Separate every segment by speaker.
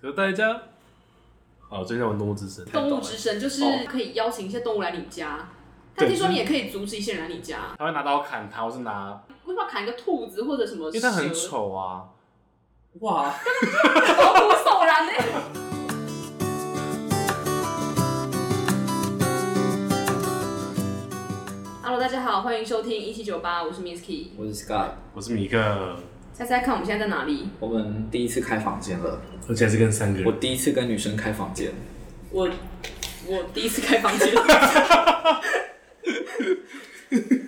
Speaker 1: 可大家，哦，最近在玩《动物之声》，
Speaker 2: 动物之声就是
Speaker 1: 哦
Speaker 2: 可以邀请一些动物来你家，
Speaker 1: 对
Speaker 2: 但听说
Speaker 1: 就是
Speaker 2: 你也可以阻止一些人来你家。
Speaker 1: 他会拿刀砍它，或是拿，
Speaker 2: 为什么要砍一个兔子或者什么
Speaker 1: 因
Speaker 2: 蛇？
Speaker 1: 为它很 丑啊。
Speaker 3: 哇，
Speaker 2: 毛骨悚然呢、Hello，大家好，欢迎收听一七九八，我是 Misky。
Speaker 3: 我是 Scott，
Speaker 1: 我是米克，
Speaker 2: 猜猜看我们现在在哪里？
Speaker 3: 我们第一次开房间了，
Speaker 1: 而且还是跟三个
Speaker 3: 我
Speaker 1: 人，
Speaker 3: 第一次跟女生开房间，
Speaker 2: 我我第一次开房间，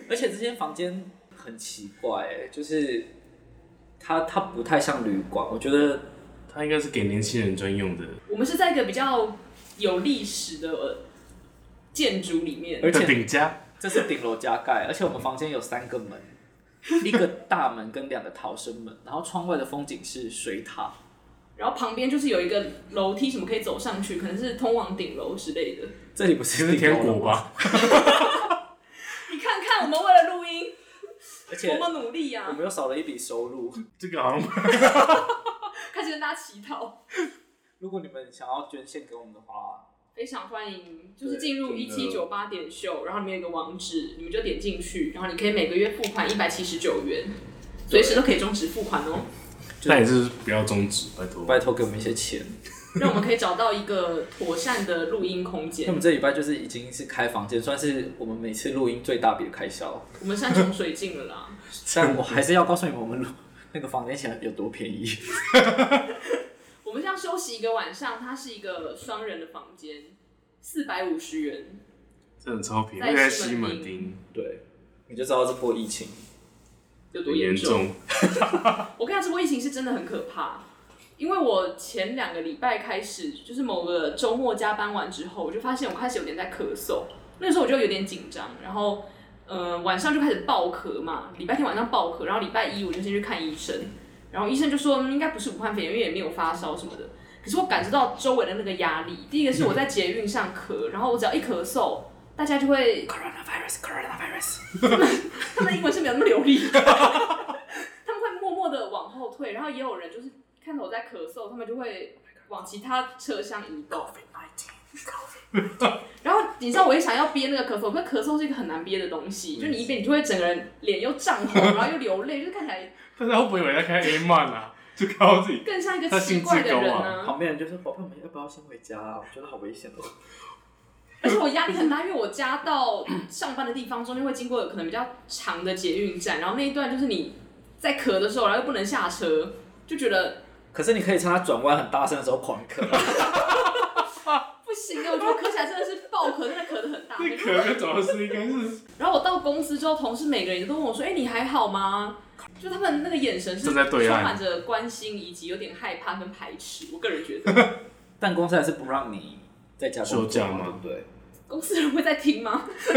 Speaker 3: 而且这间房间很奇怪、欸，就是它它不太像旅馆，我觉得
Speaker 1: 它应该是给年轻人专用的。
Speaker 2: 我们是在一个比较有历史的呃建筑里面。
Speaker 3: 而且
Speaker 1: 的顶家，
Speaker 3: 这是顶楼加盖，而且我们房间有三个门，一个大门跟两个逃生门，然后窗外的风景是水塔，
Speaker 2: 然后旁边就是有一个楼梯，什么可以走上去，可能是通往顶楼之类的。
Speaker 3: 这里不
Speaker 1: 其
Speaker 3: 是
Speaker 1: 实是
Speaker 3: 顶楼
Speaker 1: 天国
Speaker 3: 了吗？
Speaker 1: 吧？
Speaker 2: 你看看，我们为了录 音，
Speaker 3: 而且
Speaker 2: 多么努力啊呀、
Speaker 3: 我们又少了一笔收入。
Speaker 1: 这个好像
Speaker 2: 开始跟大家乞讨，
Speaker 3: 如果你们想要捐献给我们的话，
Speaker 2: 非常欢迎，就是
Speaker 3: 对
Speaker 2: 进入一
Speaker 1: 真的
Speaker 2: 七九八点秀，然后里面有一个网址，你们就点进去，然后你可以每个月付款一百七十九元，随时都可以终止付款哦，
Speaker 1: 但也是不要终止，拜托。
Speaker 3: 拜托给我们一些钱。
Speaker 2: 让我们可以找到一个妥善的录音空
Speaker 3: 那我
Speaker 2: 间。
Speaker 3: 们这礼拜就是已经是开房间，算是我们每次录音最大笔的开销。
Speaker 2: 我们山穷水尽了啦，
Speaker 3: 但我还是要告诉你们，我们录那个房间钱有多便宜。
Speaker 2: 我们这样休息一个晚上，它是一个双人的房间，四百五十元，
Speaker 1: 真的超便宜，
Speaker 2: 在
Speaker 1: 因为在
Speaker 2: 西
Speaker 1: 西
Speaker 2: 门
Speaker 1: 门町
Speaker 3: 对，你就知道这波疫情。
Speaker 2: 有多
Speaker 1: 很严
Speaker 2: 严重？
Speaker 1: 重。
Speaker 2: 我跟你讲，这波疫情是真的很可怕，因为我前两个礼拜开始，就是某个周末加班完之后，我就发现我开始有点在咳嗽，那个时候我就有点紧张，然后呃晚上就开始爆咳嘛，礼拜天晚上爆咳，然后礼拜一我就先去看医生，然后医生就说、嗯应该不是武汉肺炎，因为也没有发烧什么的。可是我感受到周围的那个压力，第一个是我在捷运上咳，然后我只要一咳嗽，大家就会
Speaker 3: Coronavirus, coronavirus。
Speaker 2: 他们的英文是没有那么流利， 他们会默默的往后退，然后也有人就是看到我在咳嗽，他们就会往其他车厢移动。然后你知道，我也想要憋那个咳嗽，可是咳嗽是一个很难憋的东西，就你一憋，你就会整个人脸又涨红，然后又流泪，就是看起来
Speaker 1: 但是会不会以为在开 A 漫啊？就看到自己，
Speaker 2: 更像一个
Speaker 1: 他
Speaker 2: 奇
Speaker 1: 兴致
Speaker 2: 怪的人
Speaker 1: 高
Speaker 2: 啊
Speaker 1: 昂。
Speaker 3: 旁边人就说：“宝贝，我们要不要先回家啊？我觉得好危险哦。
Speaker 2: 而且我压力很大，因为我家到上班的地方中间会经过可能比较长的捷运站，然后那一段就是你在咳的时候，然后又不能下车，就觉得”
Speaker 3: 可是你可以趁他转弯很大声的时候狂咳。
Speaker 2: 不行啊，我觉得咳起来真的是爆咳，真的咳得很大
Speaker 1: 那。可能主要是应该是
Speaker 2: 然后我到公司之后，同事每个人都问我说：“哎、你还好吗？”就他们那个眼神是
Speaker 1: 正在对
Speaker 2: 充
Speaker 1: 岸
Speaker 2: 满着关心以及有点害怕跟排斥。我个人觉 得，
Speaker 3: 但公司还是不让你在家工
Speaker 1: 休
Speaker 3: 作
Speaker 1: 假
Speaker 3: 嘛，
Speaker 1: 吗
Speaker 3: 对不对？
Speaker 2: 公司人会在听吗？ 突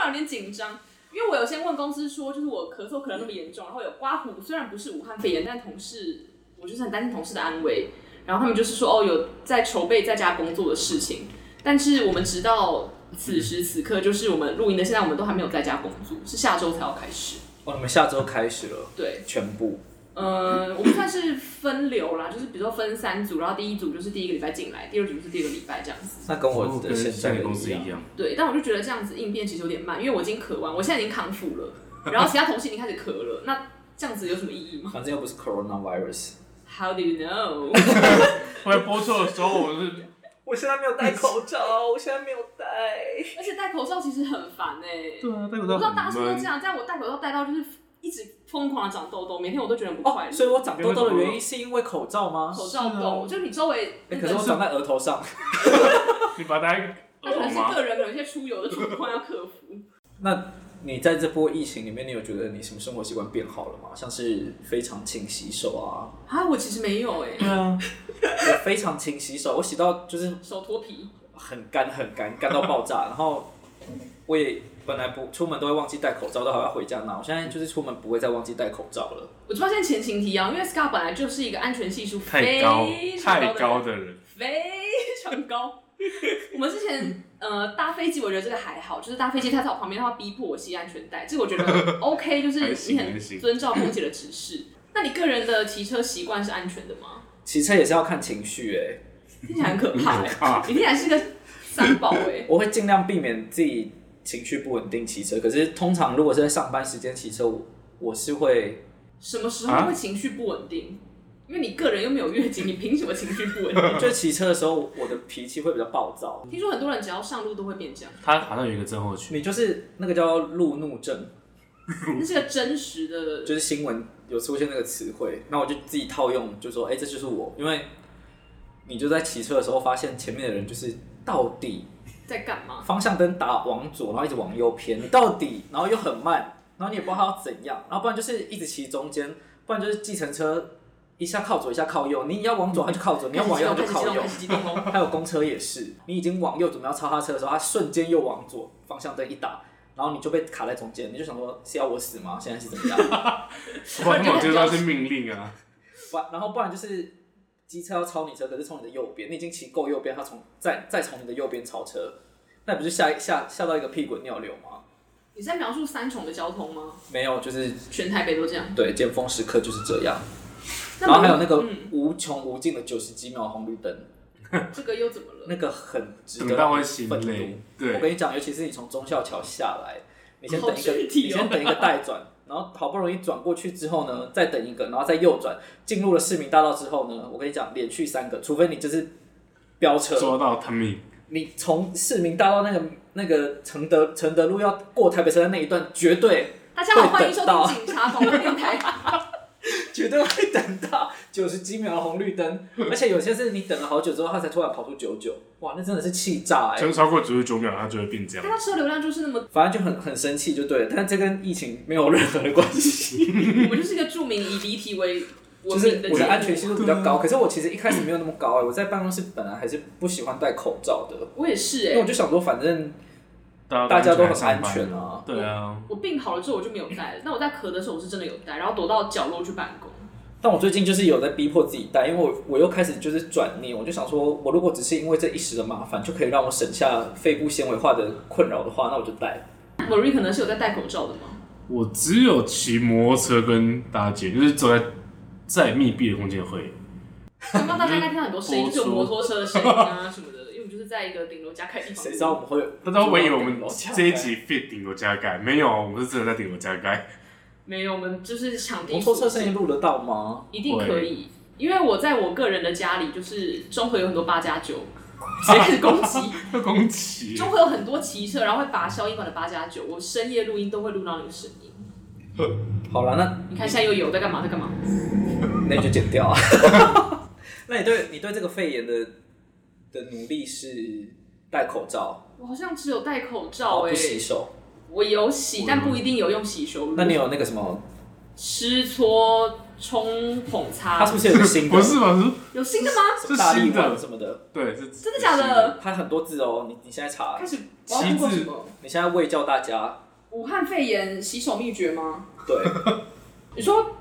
Speaker 2: 然有点紧张，因为我有先问公司说，就是我咳嗽咳得那么严重，然后有刮胡，虽然不是武汉肺炎，但同事我就是很担心同事的安危。然后他们就是说，哦，有在筹备在家工作的事情，但是我们直到此时此刻，就是我们录音的现在，我们都还没有在家工作，是下周才要开始。
Speaker 3: 哦，你们下周开始了，
Speaker 2: 对，
Speaker 3: 全部。
Speaker 2: 呃，我们算是分流啦，就是比如说分三组，然后第一组就是第一个礼拜进来，第二组就是第二个礼拜这样子。
Speaker 3: 那跟我的
Speaker 1: 跟现
Speaker 3: 现
Speaker 1: 在
Speaker 3: 在的
Speaker 1: 的公司
Speaker 3: 一
Speaker 1: 一
Speaker 3: 样。
Speaker 1: 样。
Speaker 2: 对，但我就觉得这样子应变其实有点慢，因为我已经咳完，我现在已经康复了，然后其他同事已经开始咳了，那这样子有什么意义吗
Speaker 3: 反正又不是 coronavirus。
Speaker 2: ？How do you know？
Speaker 1: 后来播错的时候，我是
Speaker 3: 我现在没有戴口 罩，我现在没有戴。
Speaker 2: 而且戴口罩其实很烦哎、
Speaker 1: 对啊，那
Speaker 2: 我
Speaker 1: 个
Speaker 2: 不知道大家是
Speaker 1: 很
Speaker 2: 不是
Speaker 1: 闷
Speaker 2: 这。样，但我戴口罩戴到就是一直疯狂的长痘痘，每天我都觉得很不快
Speaker 3: 哦，
Speaker 2: 乐。
Speaker 3: 所以我长痘痘的原因是因为口罩吗？
Speaker 2: 口罩痘，就是你周围
Speaker 3: 哎
Speaker 2: 那
Speaker 3: 可
Speaker 2: 个
Speaker 3: 是我长在额头上。
Speaker 1: 你把大家啊
Speaker 2: 那
Speaker 1: 耳
Speaker 2: 可能
Speaker 1: 聋
Speaker 2: 是
Speaker 1: 吗？
Speaker 2: 个人有一些出游的状况要克服。
Speaker 3: 那你在这波疫情里面，你有觉得你什么生活习惯变好了吗？像是非常勤洗手啊，
Speaker 2: 啊，我其实没有哎、
Speaker 1: 对啊，
Speaker 3: 我非常勤洗手，我洗到就是
Speaker 2: 手脱皮，
Speaker 3: 很干很干，干到爆炸。然后我也本来不出门都会忘记戴口罩，都还要回家拿。我现在就是出门不会再忘记戴口罩了。
Speaker 2: 我就发现前情提要，因为 Scar 本来就是一个安全系数
Speaker 1: 太
Speaker 2: 非
Speaker 1: 高
Speaker 2: 常
Speaker 1: 太
Speaker 2: 的人
Speaker 1: 高的人，
Speaker 2: 非常高。 我们之前呃搭飞机，我觉得这个还好，就是搭飞机他在我旁边，他会逼迫我系安全带，这个我 觉得 OK，就是
Speaker 1: 还行
Speaker 2: 你很
Speaker 1: 还行
Speaker 2: 遵照空姐的指示。那你个人的骑车习惯是安全的吗？
Speaker 3: 骑车也是要看情绪哎、
Speaker 2: 听起来很可怕哎、
Speaker 1: 怕
Speaker 2: 你听起来是个三宝哎、
Speaker 3: 我会尽量避免自己情绪不稳定骑车。可是通常如果是在上班时间骑车，我我是会
Speaker 2: 什么时
Speaker 1: 啊
Speaker 2: 候会情绪不稳定？因为你个人又没有月经，你凭什么情绪不稳定？
Speaker 3: 就骑车的时候，我的脾气会比较暴躁。
Speaker 2: 听说很多人只要上路都会 变这样，
Speaker 4: 他好像有一个症候 群，
Speaker 3: 你就是那个叫路怒症，
Speaker 1: 嗯
Speaker 2: 那是个真实的。
Speaker 3: 就是新闻有出现那个词汇，那我就自己套用，就说哎、这就是我，因为你就在骑车的时候发现前面的人就是到底
Speaker 2: 在干嘛？
Speaker 3: 方向灯打往左，然后一直往右偏，你到底，然后又很慢，然后你也不知道他要怎样，然后不然就是一直骑中间，不然就是计程车一下靠左一下靠右，你要往左他就靠左，你要往右他
Speaker 2: 开
Speaker 3: 就
Speaker 2: 始激
Speaker 3: 靠
Speaker 2: 动，
Speaker 3: 右
Speaker 2: 开。始激动喽！
Speaker 3: 还有公车也是，你已经往右准备要超他车的时候，他瞬间又往左，方向灯一打，然后你就被卡在中间，你就想说是要我死吗？现在是怎么样？
Speaker 1: 我根本知道是命令 啊，
Speaker 3: 不然，然后不然就是机车要超你车，可是从你的右边，你已经骑够右边，他从再再从你的右边超车，那你不是吓吓吓到一个屁滚尿流吗？
Speaker 2: 你是在描述三重的交通吗？
Speaker 3: 没有，就是
Speaker 2: 全台北都这样。
Speaker 3: 对，尖峰时刻就是这样。
Speaker 2: 那
Speaker 3: 然后还有那个
Speaker 2: 嗯
Speaker 3: 无穷无尽的九十几秒红绿灯，
Speaker 2: 这个又怎么了？
Speaker 3: 那个很值得
Speaker 4: 等到会心
Speaker 3: 愤
Speaker 4: 累
Speaker 3: 怒。。我
Speaker 1: 对，
Speaker 3: 跟你讲，尤其是你从忠孝桥下来，你先等一个，
Speaker 2: 好具体哦
Speaker 3: 你先等一个待转，然后好不容易转过去之后呢，再等一个，然后再右转，进入了市民大道之后呢，我跟你讲，连续三个，除非你就是飙车，
Speaker 1: 抓到他们
Speaker 3: 你从市民大道那个那个承德承德路要过台北车站那一段，绝对
Speaker 2: 大家好，
Speaker 3: 会
Speaker 2: 欢迎
Speaker 3: 等
Speaker 2: 收
Speaker 3: 到
Speaker 2: 听警察广播电台。
Speaker 3: 绝对会等到九十几秒的红绿灯，而且有些是你等了好久之后，它才突然跑出九九，哇，那真的是气炸哎、
Speaker 1: 超超过九十九秒，它就会变这
Speaker 2: 但
Speaker 1: 样。
Speaker 2: 他车流量就是那么，
Speaker 3: 反正就很很生气就对了，但这跟疫情没有任何的关系，
Speaker 2: 我们就是一个著名以离题为
Speaker 3: 就
Speaker 2: 文
Speaker 3: 是
Speaker 2: 明的
Speaker 3: 我
Speaker 2: 节
Speaker 3: 的
Speaker 2: 目
Speaker 3: 安全系数比较高。可是我其实一开始没有那么高哎、我在办公室本来还是不喜欢戴口罩的，
Speaker 2: 我也是
Speaker 3: 因
Speaker 2: 哎、
Speaker 3: 为我就想说反正
Speaker 1: 大
Speaker 3: 大家都很
Speaker 1: 上
Speaker 3: 安
Speaker 1: 班
Speaker 3: 全。啊。
Speaker 4: 对啊，
Speaker 2: 我病好了之后我就没有戴了，那我在咳的时候我是真的有戴，然后躲到角落去办公。
Speaker 3: 但我最近就是有在逼迫自己戴，因为我我又开始就是转念，我就想说，我如果只是因为这一时的麻烦就可以让我省下肺部纤维化的困扰的话，那我就戴。
Speaker 2: 某瑞可能是有在戴口罩的 吗？
Speaker 4: 我只有骑摩托车跟搭捷，就是走在在密闭的空间会。
Speaker 2: 刚刚大家应该听到很多声音，就是有摩托车的声音啊什么的，因为我们就是在一个顶楼加开一房
Speaker 3: 谁知道我们会？
Speaker 1: 大家我以为我们这一集 fit 顶楼加盖，没有，我们是真的在顶楼加盖。
Speaker 2: 没有，我们就是场地
Speaker 3: 摩托车
Speaker 2: 附近
Speaker 3: 声音录得到吗？
Speaker 2: 一定可以，因为我在我个人的家里，就是中和有很多八加九，直接开始攻击。
Speaker 1: 要攻击，
Speaker 2: 中和有很多骑车，然后会拔消音管的八加九，我深夜录音都会录到那个声音。
Speaker 3: 好了，那
Speaker 2: 你看现在又有在干嘛？在干嘛？
Speaker 3: 那你就剪掉啊。 那你对你对这个肺炎的的努力是戴口罩，
Speaker 2: 我好像只有戴口
Speaker 3: 然
Speaker 2: 罩
Speaker 3: 后
Speaker 2: 哎、
Speaker 3: 哦不洗手。
Speaker 2: 我有洗，但不一定有用洗手乳。
Speaker 3: 那你有那个什么？
Speaker 2: 湿搓冲捧
Speaker 3: 它是
Speaker 2: 擦
Speaker 3: 不是有个新的？
Speaker 1: 不是吧？是，
Speaker 2: 有新的吗？
Speaker 3: 什么大力
Speaker 1: 是新的
Speaker 3: 丸什么的，
Speaker 1: 对，是
Speaker 2: 真的假？的？
Speaker 3: 它很多字哦。你你现在查
Speaker 2: 开，始我要
Speaker 1: 旗
Speaker 2: 过
Speaker 1: 帜
Speaker 2: 什么？
Speaker 3: 你现在喂教大家，
Speaker 2: 武汉肺炎洗手秘诀吗？
Speaker 3: 对，
Speaker 2: 你说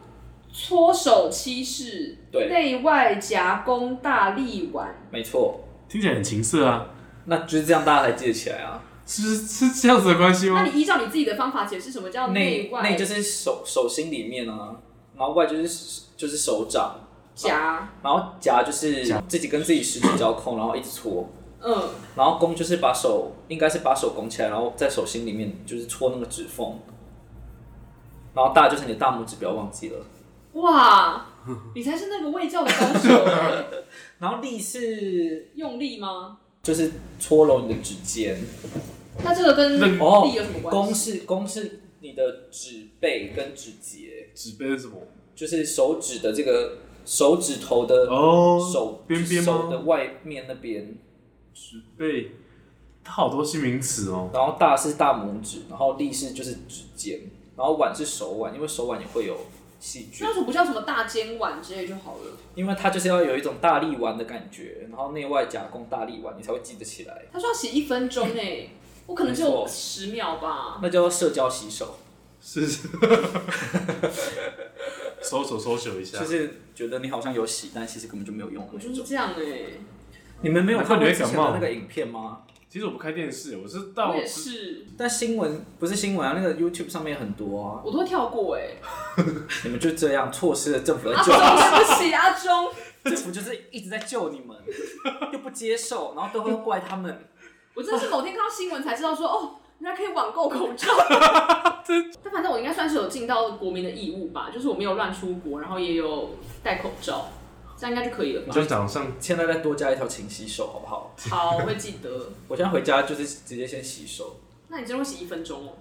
Speaker 2: 搓手七式，
Speaker 3: 对
Speaker 2: 内外夹攻大力丸，
Speaker 3: 没错。
Speaker 4: 听起来很情色啊，
Speaker 3: 那就是这样，大家才记得起来啊。
Speaker 1: 是是这样子的关系
Speaker 2: 那
Speaker 1: 吗？
Speaker 2: 你依照你自己的方法解释什么叫
Speaker 3: 嗯内
Speaker 2: 哦外
Speaker 3: 内就是手手心里面啊，然后外就是就是手掌，
Speaker 2: 夹，
Speaker 3: 然后夹就是自己跟自己十指交扣，然后一直搓，
Speaker 2: 嗯，
Speaker 3: 然后弓就是把手应该是把手拱起来，然后在手心里面就是搓那个指缝，然后大就是你的大拇指，不要忘记了。
Speaker 2: 哇，你才是那个卫教的高手欸，
Speaker 3: 然后力是
Speaker 2: 用力吗？
Speaker 3: 就是搓揉你的指尖，
Speaker 2: 那这个跟
Speaker 1: 那
Speaker 3: 哦
Speaker 2: 力有什么关
Speaker 3: 弓
Speaker 2: 系？
Speaker 3: 是弓是你的指背跟指节，
Speaker 1: 指背是什么？
Speaker 3: 就是手指的这个手指头的
Speaker 4: 哦
Speaker 3: 手
Speaker 4: 边边吗
Speaker 3: 手的外面那边，
Speaker 1: 指背，
Speaker 4: 它好多新名词哦。
Speaker 3: 然后大是大拇指，然后力是就是指尖，然后腕是手腕，因为手腕也会有细菌
Speaker 2: 那，为什么不叫什么大肩腕之类就好了？
Speaker 3: 因为它就是要有一种大力丸的感觉，然后内外夹攻大力丸，你才会记得起来。
Speaker 2: 他说要写一分钟诶，我可能只
Speaker 3: 没
Speaker 2: 有
Speaker 3: 错
Speaker 2: 十秒吧。
Speaker 3: 那叫社交洗手，
Speaker 1: 是是，
Speaker 4: 搜索搜索一下
Speaker 3: 就，是觉得你好像有洗，但其实根本就没有用的
Speaker 2: 我
Speaker 3: 那
Speaker 2: 就是
Speaker 3: 种。
Speaker 2: 这样欸诶，
Speaker 3: 你们没有
Speaker 4: 难
Speaker 3: 看
Speaker 4: 怪
Speaker 3: 过
Speaker 4: 你会
Speaker 3: 之
Speaker 4: 感
Speaker 3: 前的
Speaker 4: 冒
Speaker 3: 那个影片吗？
Speaker 1: 其实我不看电视，我是到
Speaker 2: 我也是，
Speaker 3: 但新闻不是新闻啊，那个 YouTube 上面很多啊。
Speaker 2: 我都会跳过诶。欸
Speaker 3: 你们就这样错失了政府的
Speaker 2: 阿
Speaker 3: 救
Speaker 2: 忠，
Speaker 3: 援。
Speaker 2: 对不起，阿忠，
Speaker 3: 政府就是一直在救你们，又不接受，然后都会怪他们。
Speaker 2: 我真的是某天看到新闻才知道说，哦，原来可以网购 口罩。但反正我应该算是有尽到国民的义务吧，就是我没有乱出国，然后也有戴口罩，这样应该就可以了
Speaker 4: 你
Speaker 2: 吧
Speaker 4: 就？早上
Speaker 3: 现在再多加一条勤洗手好不好？
Speaker 2: 好，我会记得。
Speaker 3: 我现在回家就是直接先洗手，
Speaker 2: 那你真的会洗一分钟哦？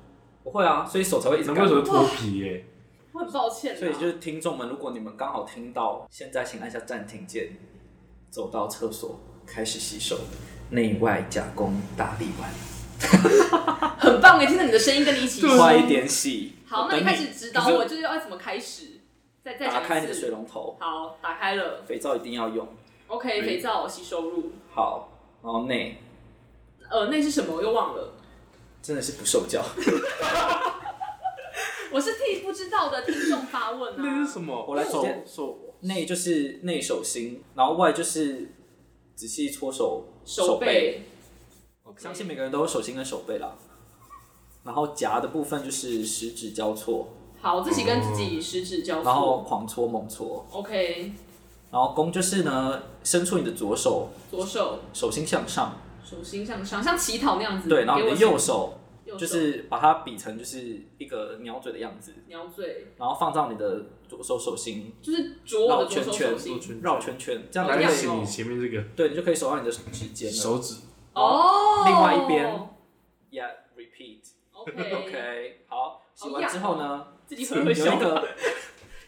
Speaker 3: 我会啊，所以手才会一直
Speaker 4: 难
Speaker 3: 干
Speaker 4: 怪。说脱皮耶、
Speaker 2: 我很抱歉啦。
Speaker 3: 所以就是听众们，如果你们刚好听到，现在请按下暂停键，走到厕所开始洗手，内外夹攻大力丸，
Speaker 2: 很棒哎，听到你的声音跟你一起洗。
Speaker 3: 快
Speaker 4: 啊
Speaker 3: 一点洗。
Speaker 2: 好，
Speaker 3: 我
Speaker 2: 那
Speaker 3: 等
Speaker 2: 你
Speaker 3: 你
Speaker 2: 开始指导我，就是要怎么开始。再再
Speaker 3: 打
Speaker 2: 讲
Speaker 3: 开
Speaker 2: 一
Speaker 3: 你的水
Speaker 2: 次。
Speaker 3: 龙头，
Speaker 2: 好，打开了。
Speaker 3: 肥皂一定要用。
Speaker 2: OK，
Speaker 4: 嗯
Speaker 2: 肥皂吸收入。
Speaker 3: 好，然后内
Speaker 2: 呃，那是什么？我又忘了。
Speaker 3: 真的是不受 教。
Speaker 2: 我是替不知道的听众发问啊。
Speaker 4: 那是什么？
Speaker 3: 我来
Speaker 4: 手
Speaker 3: 手
Speaker 4: 手
Speaker 3: 内就是内手心，然后外就是仔细搓手
Speaker 2: 手
Speaker 3: 背。
Speaker 2: 背。
Speaker 3: 相信每个人都有手心跟手背啦。然后夹的部分就是食指交错，
Speaker 2: 好，自己跟自己十指交
Speaker 3: 然后
Speaker 2: 错。
Speaker 3: 狂搓猛搓，
Speaker 2: OK，
Speaker 3: 然后弓就是呢，伸出你的左手，
Speaker 2: 左手
Speaker 3: 手心向上，
Speaker 2: 手心向上，像乞讨那样子。
Speaker 3: 对，然后
Speaker 2: 给
Speaker 3: 你
Speaker 2: 我
Speaker 3: 的
Speaker 2: 钱
Speaker 3: 右手
Speaker 2: 右手
Speaker 3: 就是把它比成就是一个鸟嘴的样子，
Speaker 2: 鸟嘴，
Speaker 3: 然后放到你的左手手心
Speaker 2: 就是啄我的左
Speaker 3: 圈
Speaker 2: 手
Speaker 3: 圈
Speaker 2: 手心。
Speaker 3: 绕圈圈，这样
Speaker 2: 好哦
Speaker 3: 你
Speaker 4: 来
Speaker 3: 就可
Speaker 2: 像
Speaker 3: 以，
Speaker 4: 洗你前面这个
Speaker 3: 对你就可以手到你的指尖了。
Speaker 4: 手指，
Speaker 2: 哦。
Speaker 3: 另外一边。Yeah, repeat.
Speaker 2: OK
Speaker 3: OK，好，洗完
Speaker 2: 哦
Speaker 3: 之后呢？
Speaker 2: 自己
Speaker 3: 有
Speaker 2: 会
Speaker 3: 一
Speaker 2: 会笑。
Speaker 3: 个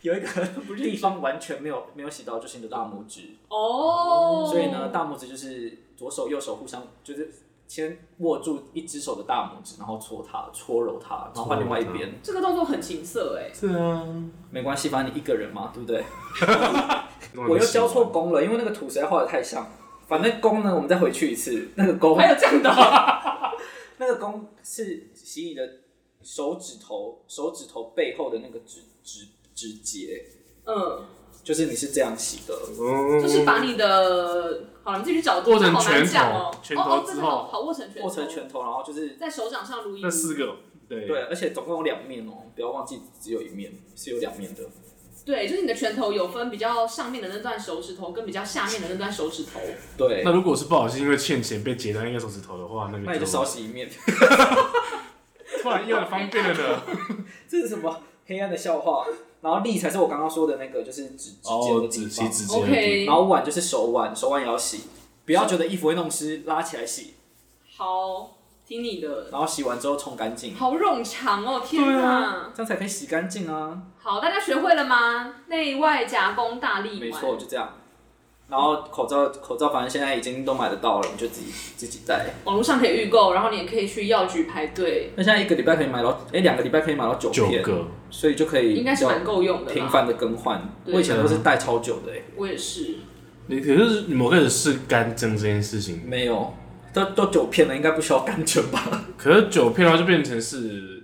Speaker 3: 有一个 地方完全没有没有洗到，就是你的大拇指。
Speaker 2: 哦。
Speaker 3: 所以呢，大拇指就是左手右手互相就是先握住一只手的大拇指，然后搓它、搓揉它，然后换另外一边。
Speaker 2: 这个动作很情色哎、
Speaker 4: 是啊，
Speaker 3: 没关系，反正你一个人嘛，对不对？我
Speaker 4: 我
Speaker 3: 又交错弓了，因为那个图实在画的太像。反正弓呢，我们再回去一次。那个弓，
Speaker 2: 还有这样的啊、
Speaker 3: 那个弓是洗你的手指头、手指头背后的那个指指指节，
Speaker 2: 嗯，
Speaker 3: 就是你是这样洗的。
Speaker 4: 哦
Speaker 2: 就是把你的，好了，我们自己去找，
Speaker 4: 握成
Speaker 2: 好难讲
Speaker 4: 拳头拳头
Speaker 2: 哦，哦哦，真
Speaker 4: 之
Speaker 2: 的
Speaker 4: 后
Speaker 2: 好好握成拳头，
Speaker 3: 握成拳头，然后就是
Speaker 2: 在手掌上如一，
Speaker 4: 那四个，对
Speaker 3: 对，而且总共有两面哦，不要忘记只有一面是有两面的。
Speaker 2: 对，就是你的拳头有分比较上面的那段手指头跟比较下面的那段手指头，
Speaker 3: 对，
Speaker 4: 那如果是不好心因为欠钱被截断一个手指头的话，那个
Speaker 3: 那你就少洗一面。
Speaker 4: 突然又很方便了呢。
Speaker 3: 这是什么黑暗的笑话？然后力才是我刚刚说的那个，就是指指尖的
Speaker 4: 哦，
Speaker 3: 地
Speaker 4: 指
Speaker 3: 方。
Speaker 4: 洗指
Speaker 2: OK
Speaker 4: 尖，
Speaker 3: 然后腕就是手腕，手腕也要洗，不要觉得衣服会弄湿，拉起来洗，
Speaker 2: 好，听你的，
Speaker 3: 然后洗完之后冲干净，
Speaker 2: 好冗长哦，天
Speaker 4: 对
Speaker 2: 哪！
Speaker 3: 这样才可以洗干净啊。
Speaker 2: 好，大家学会了吗？内外夹攻大力丸，
Speaker 3: 没错，就这样。然后口罩口罩，反正现在已经都买得到了，你就自己自己戴。
Speaker 2: 网络上可以预购，然后你也可以去药局排队，
Speaker 3: 那现在一个礼拜可以买到，哎，两个礼拜可以买到九
Speaker 4: 九
Speaker 3: 片，
Speaker 4: 个，
Speaker 3: 所以就可以
Speaker 2: 应该是
Speaker 3: 比较
Speaker 2: 蛮够用的
Speaker 3: 频
Speaker 2: 啦。
Speaker 3: 繁的更换。
Speaker 2: 对
Speaker 3: 我以前都是
Speaker 4: 嗯
Speaker 3: 戴超久的、欸，
Speaker 2: 我也是，
Speaker 4: 你可是你们开始试干蒸这件事情，
Speaker 3: 没有，都都九片了，应该不需要干针吧？
Speaker 4: 可是九片的话就变成是，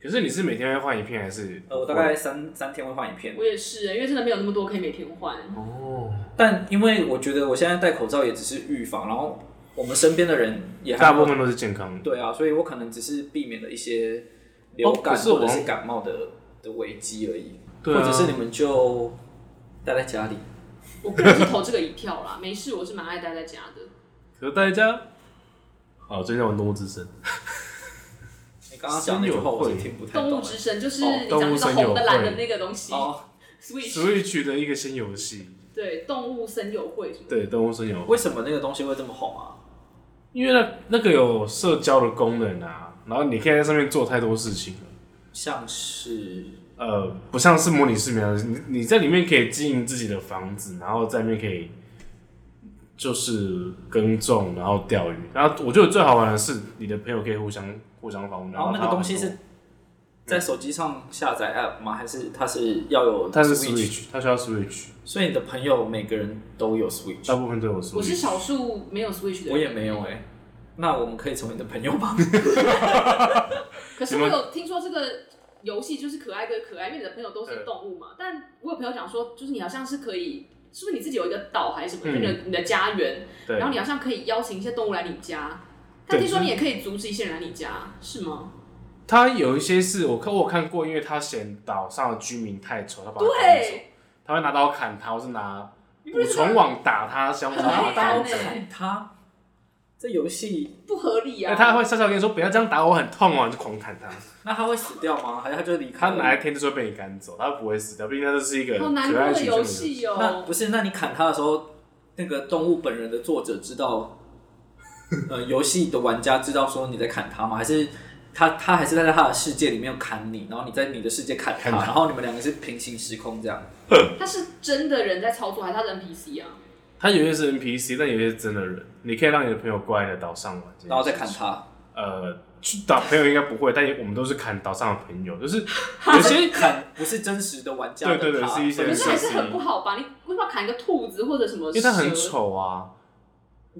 Speaker 4: 可是你是每天会换一片还是？
Speaker 3: 呃，我大概三三天会换一片，
Speaker 2: 我也是，因为真的没有那么多可以每天换。
Speaker 4: 哦，
Speaker 3: 但因为我觉得我现在戴口罩也只是预防，然后我们身边的人也还
Speaker 4: 大
Speaker 3: 没
Speaker 4: 部
Speaker 3: 有
Speaker 4: 分都是健康的。
Speaker 3: 对啊，所以我可能只是避免了一些流
Speaker 4: 哦
Speaker 3: 感
Speaker 4: 可是我
Speaker 3: 或者是感冒的的危机而已，
Speaker 4: 对啊
Speaker 3: 或者是你们就待在家里。
Speaker 2: 我个人是投这个一票啦，没事，我是蛮爱待在家的。
Speaker 4: 可是大家，好，最近我动物之声，
Speaker 3: 你刚刚讲那句话我是听不太
Speaker 2: 动物
Speaker 3: 懂
Speaker 2: 之神就是
Speaker 3: 哦
Speaker 2: 你讲那
Speaker 4: 动物
Speaker 2: 个
Speaker 4: 森友
Speaker 2: 红的蓝的
Speaker 4: 会
Speaker 2: 那个东西
Speaker 3: 哦，
Speaker 2: ，Switch，
Speaker 4: Switch 的一个新游戏，
Speaker 2: 对，动物森友会什么的。
Speaker 4: 对，动物森友会，
Speaker 3: 为什么那个东西会这么红啊？
Speaker 4: 因为那那个有社交的功能啊，然后你可以在上面做太多事情了。
Speaker 3: 像是
Speaker 4: 呃，不像是模拟市民啊，你你在里面可以经营自己的房子，然后在里面可以就是耕种，然后钓鱼。然后我觉得最好玩的是，你的朋友可以互相互相访问。
Speaker 3: 然后哦那个
Speaker 4: 他
Speaker 3: 东西是在手机上下载 app 吗？还是它是要有？
Speaker 4: 它是 Switch，它需要 Switch，
Speaker 3: 所以你的朋友每个人都有 Switch，
Speaker 4: 大部分都有 Switch。
Speaker 2: 我是少数没有 Switch 的人，
Speaker 3: 我也没有哎、那我们可以成为你的朋友吗？
Speaker 2: 可是
Speaker 4: 你
Speaker 2: 我
Speaker 4: 们
Speaker 2: 有听说这个游戏就是可爱跟可爱，因为你的朋友都
Speaker 4: 嗯
Speaker 2: 是动物嘛。但我有朋友讲说，就是你好像是可以，是不是你自己有一个岛还是什么，就
Speaker 4: 嗯
Speaker 2: 你的你的家园，
Speaker 4: 对
Speaker 2: 然后你好像可以邀请一些动物来你家。但
Speaker 4: 对
Speaker 2: 听说
Speaker 4: 就是
Speaker 2: 你也可以阻止一些人来你家，是吗？
Speaker 4: 它有一些是我看我有看过，因为他嫌岛上的居民太丑，他把他赶走
Speaker 2: 对，
Speaker 4: 他会拿刀砍他，或是拿捕虫网打它相
Speaker 2: 很
Speaker 4: 差
Speaker 2: 黑暗
Speaker 4: 八
Speaker 2: 欸
Speaker 4: 百。
Speaker 3: 看他这游戏，
Speaker 2: 不合理啊！
Speaker 4: 那他会笑笑跟你说不要这样打我，很痛哦，你就狂砍他。
Speaker 3: 那他会死掉吗？还是他就离
Speaker 4: 他
Speaker 3: 开
Speaker 4: 哪
Speaker 3: 了？
Speaker 4: 一天就是会被你赶走，他不会死掉，毕竟他就是一个
Speaker 2: 好难
Speaker 4: 可
Speaker 2: 过
Speaker 4: 爱
Speaker 2: 的
Speaker 4: 形象
Speaker 2: 游
Speaker 4: 的。
Speaker 2: 戏
Speaker 3: 那
Speaker 2: 哦，
Speaker 3: 不是？那你砍他的时候，那个动物本人的作者 知道，呃，游戏的玩家知道说你在砍他吗？还是他他还是在他的世界里面砍你，然后你在你的世界砍他，
Speaker 4: 砍他
Speaker 3: 然后你们两个是平行时空这样？
Speaker 2: 他是真的人在操作，还是他的 NPC 啊？
Speaker 4: 他有些是 NPC，但有些是真的人。你可以让你的朋友过来你的岛上玩，
Speaker 3: 然后再砍。他，
Speaker 4: 呃，去打朋友应该不会，但我们都是砍岛上的朋友， 就是有些
Speaker 3: 砍不是真实的玩家的
Speaker 4: 对对对
Speaker 3: 他
Speaker 4: 是一些
Speaker 2: 可
Speaker 4: 人
Speaker 2: 是还是
Speaker 4: 设计
Speaker 2: 很不好吧？你为什么要砍一个兔子或者什么？
Speaker 4: 因为他很，丑啊。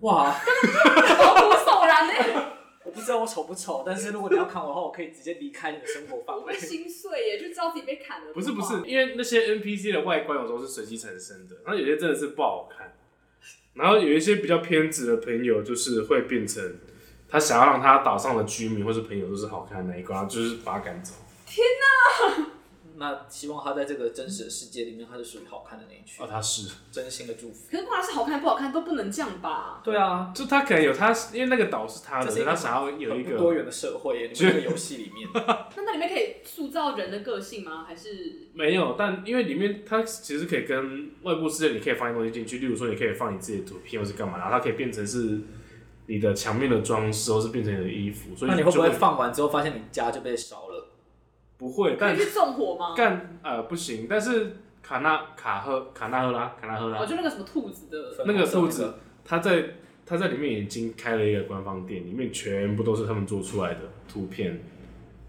Speaker 3: 哇。
Speaker 2: 毛骨悚然呢，
Speaker 3: 我不知道我丑不丑，但是如果你要看我的话，我可以直接离开你的生活范
Speaker 2: 我会
Speaker 3: 围。
Speaker 2: 心碎耶，就知道自己被砍了。
Speaker 4: 不是不是，因为那些 NPC 的外观有时候是随机产生的，然后有些真的是不好看。然后有一些比较偏执的朋友，就是会变成他想要让他岛上的居民或是朋友都是好看的那一关，然后就是把他赶走。
Speaker 3: 那希望他在这个真实的世界里面，他是属于好看的那一群
Speaker 4: 哦，。他是，
Speaker 3: 真心的祝福。
Speaker 2: 可是不管是好看不好看都不能这样吧？
Speaker 3: 对啊，
Speaker 4: 就他可能有他，因为那个岛是他
Speaker 3: 这
Speaker 4: 的，
Speaker 3: 是一个
Speaker 4: 他想要有一
Speaker 3: 很
Speaker 4: 个
Speaker 3: 不多元的社会耶，你
Speaker 4: 就
Speaker 3: 们这个游戏里 面，
Speaker 2: 那那里面可以塑造人的个性吗？还是
Speaker 4: 没有，但因为里面它其实可以跟外部世界，你可以放一些东西进去，例如说你可以放你自己的图片或是干嘛，然后它可以变成是你的墙面的装饰，或是变成你的衣服，所以
Speaker 3: 那你会不会
Speaker 4: 就
Speaker 3: 放完之后发现你家就被烧了？
Speaker 4: 不会，
Speaker 2: 可
Speaker 4: 但
Speaker 2: 以 去纵火吗？
Speaker 4: 干呃不行，但是卡纳卡赫卡纳赫拉卡纳赫
Speaker 2: 哦，
Speaker 4: 拉，
Speaker 2: 就那个什么兔子的，
Speaker 4: 那个兔
Speaker 3: 粉红色
Speaker 4: 子他在他在里面已经开了一个官方店，里面全部都是他们做出来的图片，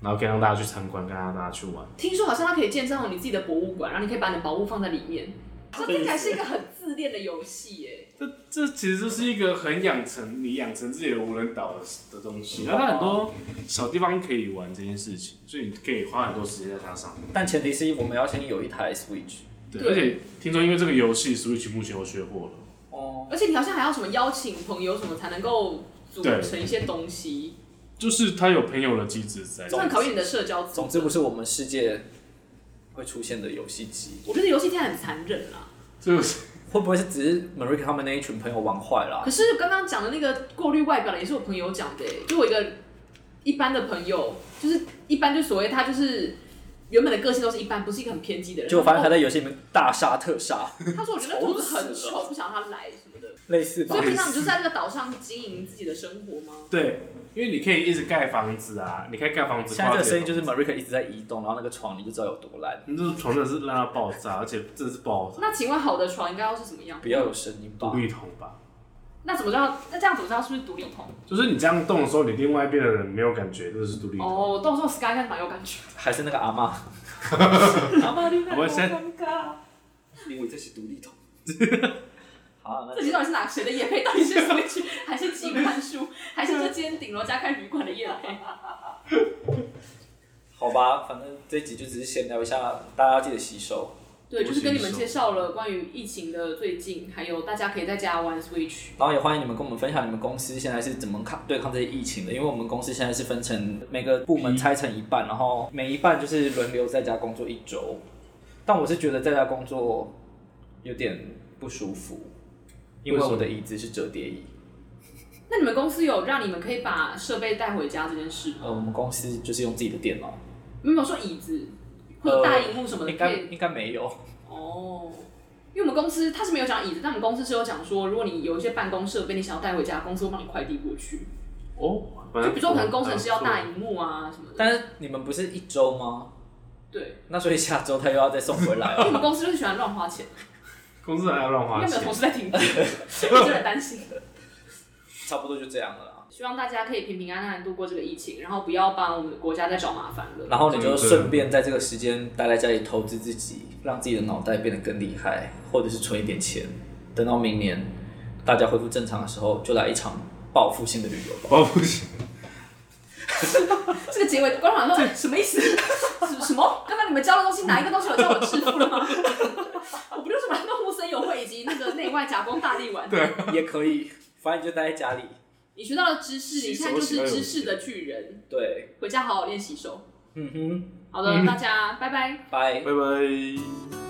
Speaker 4: 然后可以让大家去参观，可以让大家去玩。
Speaker 2: 听说好像它可以建造你自己的博物馆，然后你可以把你的宝物放在里面。这听起来是一个很自恋的游戏耶。
Speaker 4: 这这其实就是一个很养成你养成自己的无人岛的的东西，然后它很多小地方可以玩这件事情，所以你可以花很多时间在它上面。
Speaker 3: 但前提是我们要先有一台 Switch。
Speaker 4: 对，
Speaker 2: 对
Speaker 4: 而且听说因为这个游戏，Switch 目前又缺货了。
Speaker 3: 哦，
Speaker 2: 而且你好像还要什么邀请朋友什么才能够组
Speaker 4: 对
Speaker 2: 成一些东西，
Speaker 4: 就是它有朋友的机制在，
Speaker 2: 这很考验你的社交。
Speaker 3: 总之不，是我们世界会出现的游戏机。
Speaker 2: 我觉得游戏现在很残忍啊啦。
Speaker 4: 就是
Speaker 3: 会不会是只是 Marika 他们那一群朋友玩坏了啊、
Speaker 2: 可是刚刚讲的那个过滤外表的也是我朋友讲的耶，欸就我一个一般的朋友，就是一般就所谓他就是原本的个性都是一般，不是一个很偏激的人。
Speaker 3: 结果发现他
Speaker 2: 在
Speaker 3: 在游戏里面大杀特杀，
Speaker 2: 他说我觉得兔子很
Speaker 3: 丑死
Speaker 2: 丑，不想让他来什么的。
Speaker 3: 类似吧
Speaker 2: 所以？平常你就是在这个岛上经营自己的生活吗？
Speaker 4: 对，因为你可以一直盖房子啊，你可以盖房子。
Speaker 3: 现在这个声音就是是 Marika 一直在移动，然后那个床你就知道有多烂。
Speaker 4: 你这床真的是烂到爆炸，而且真的是爆炸，
Speaker 2: 那请问好的床应该要是什么样？
Speaker 3: 不要有声音吧
Speaker 4: 独。立桶吧。
Speaker 2: 那怎么知道？那这样怎么知道是不是独立桶？
Speaker 4: 就是你这样动的时候，你另外一边的人没有感觉，这是独立桶。
Speaker 2: 哦，到时候 Sky 应该蛮 有感觉。
Speaker 3: 还是那个阿妈，
Speaker 4: 我们先
Speaker 3: 因为这是独立桶。好，那
Speaker 2: 这集到底是哪谁的夜配？到底是 Switch 还是机关书，还是这间顶楼加开旅馆的夜配？
Speaker 3: 好吧，反正这一集就只是闲聊一下，大家要记得洗手，
Speaker 2: 对，就是跟你们介绍了关于疫情的最近，还有大家可以在家玩 Switch。
Speaker 3: 然后也欢迎你们跟我们分享你们公司现在是怎么抗对抗这些疫情的，因为我们公司现在是分成每个部门拆成一半，然后每一半就是轮流在家工作一周，但我是觉得在家工作有点不舒服，因为我的椅子是折叠椅，
Speaker 2: 那你们公司有让你们可以把设备带回家这件事吗？
Speaker 3: 呃，我们公司就是用自己的电脑，
Speaker 2: 有没有说椅子或者大荧幕什么的
Speaker 3: 应
Speaker 2: 可
Speaker 3: 该
Speaker 2: 以
Speaker 3: 应该没有。
Speaker 2: 哦，因为我们公司它是没有讲椅子，但我们公司是有讲说，如果你有一些办公设备，你想要带回家，公司会帮你快递过去。
Speaker 4: 哦，
Speaker 2: 就比如说，可能工程师要大
Speaker 4: 大
Speaker 2: 荧幕啊什么的。
Speaker 3: 但是你们不是一周吗？
Speaker 2: 对，
Speaker 3: 那所以下周他又要再送回来
Speaker 2: 因为
Speaker 3: 了。
Speaker 2: 我们公司就是喜欢乱花钱，
Speaker 4: 公司还要乱
Speaker 2: 应
Speaker 4: 花
Speaker 2: 该没有
Speaker 4: 钱
Speaker 2: 同。事在听，我有点担心。
Speaker 3: 差不多就这样了啦。
Speaker 2: 希望大家可以平平安安地度过这个疫情，然后不要帮我们的国家再找麻烦了。
Speaker 3: 然后你就顺便在这个时间待在家里投资自己，让自己的脑袋变得更厉害，或者是存一点钱，等到明年大家恢复正常的时候，就来一场报复性的旅游吧。
Speaker 4: 哦，不行，
Speaker 2: 这个结尾，官网说什么意思？什什么？刚刚你们教的东西，哪一个东西有叫我 致富了吗？我不就是玩动物森友会以及那个内外夹攻大力丸？
Speaker 4: 对，
Speaker 3: 也可以，反正你就待在家里。
Speaker 2: 你学到了知识，你现在就
Speaker 4: 洗手洗到
Speaker 2: 是
Speaker 4: 有
Speaker 2: 知识的巨人，
Speaker 3: 对，
Speaker 2: 回家好好练习手。
Speaker 3: 嗯哼，
Speaker 2: 好的，大家拜拜。
Speaker 3: 拜。
Speaker 4: 拜拜。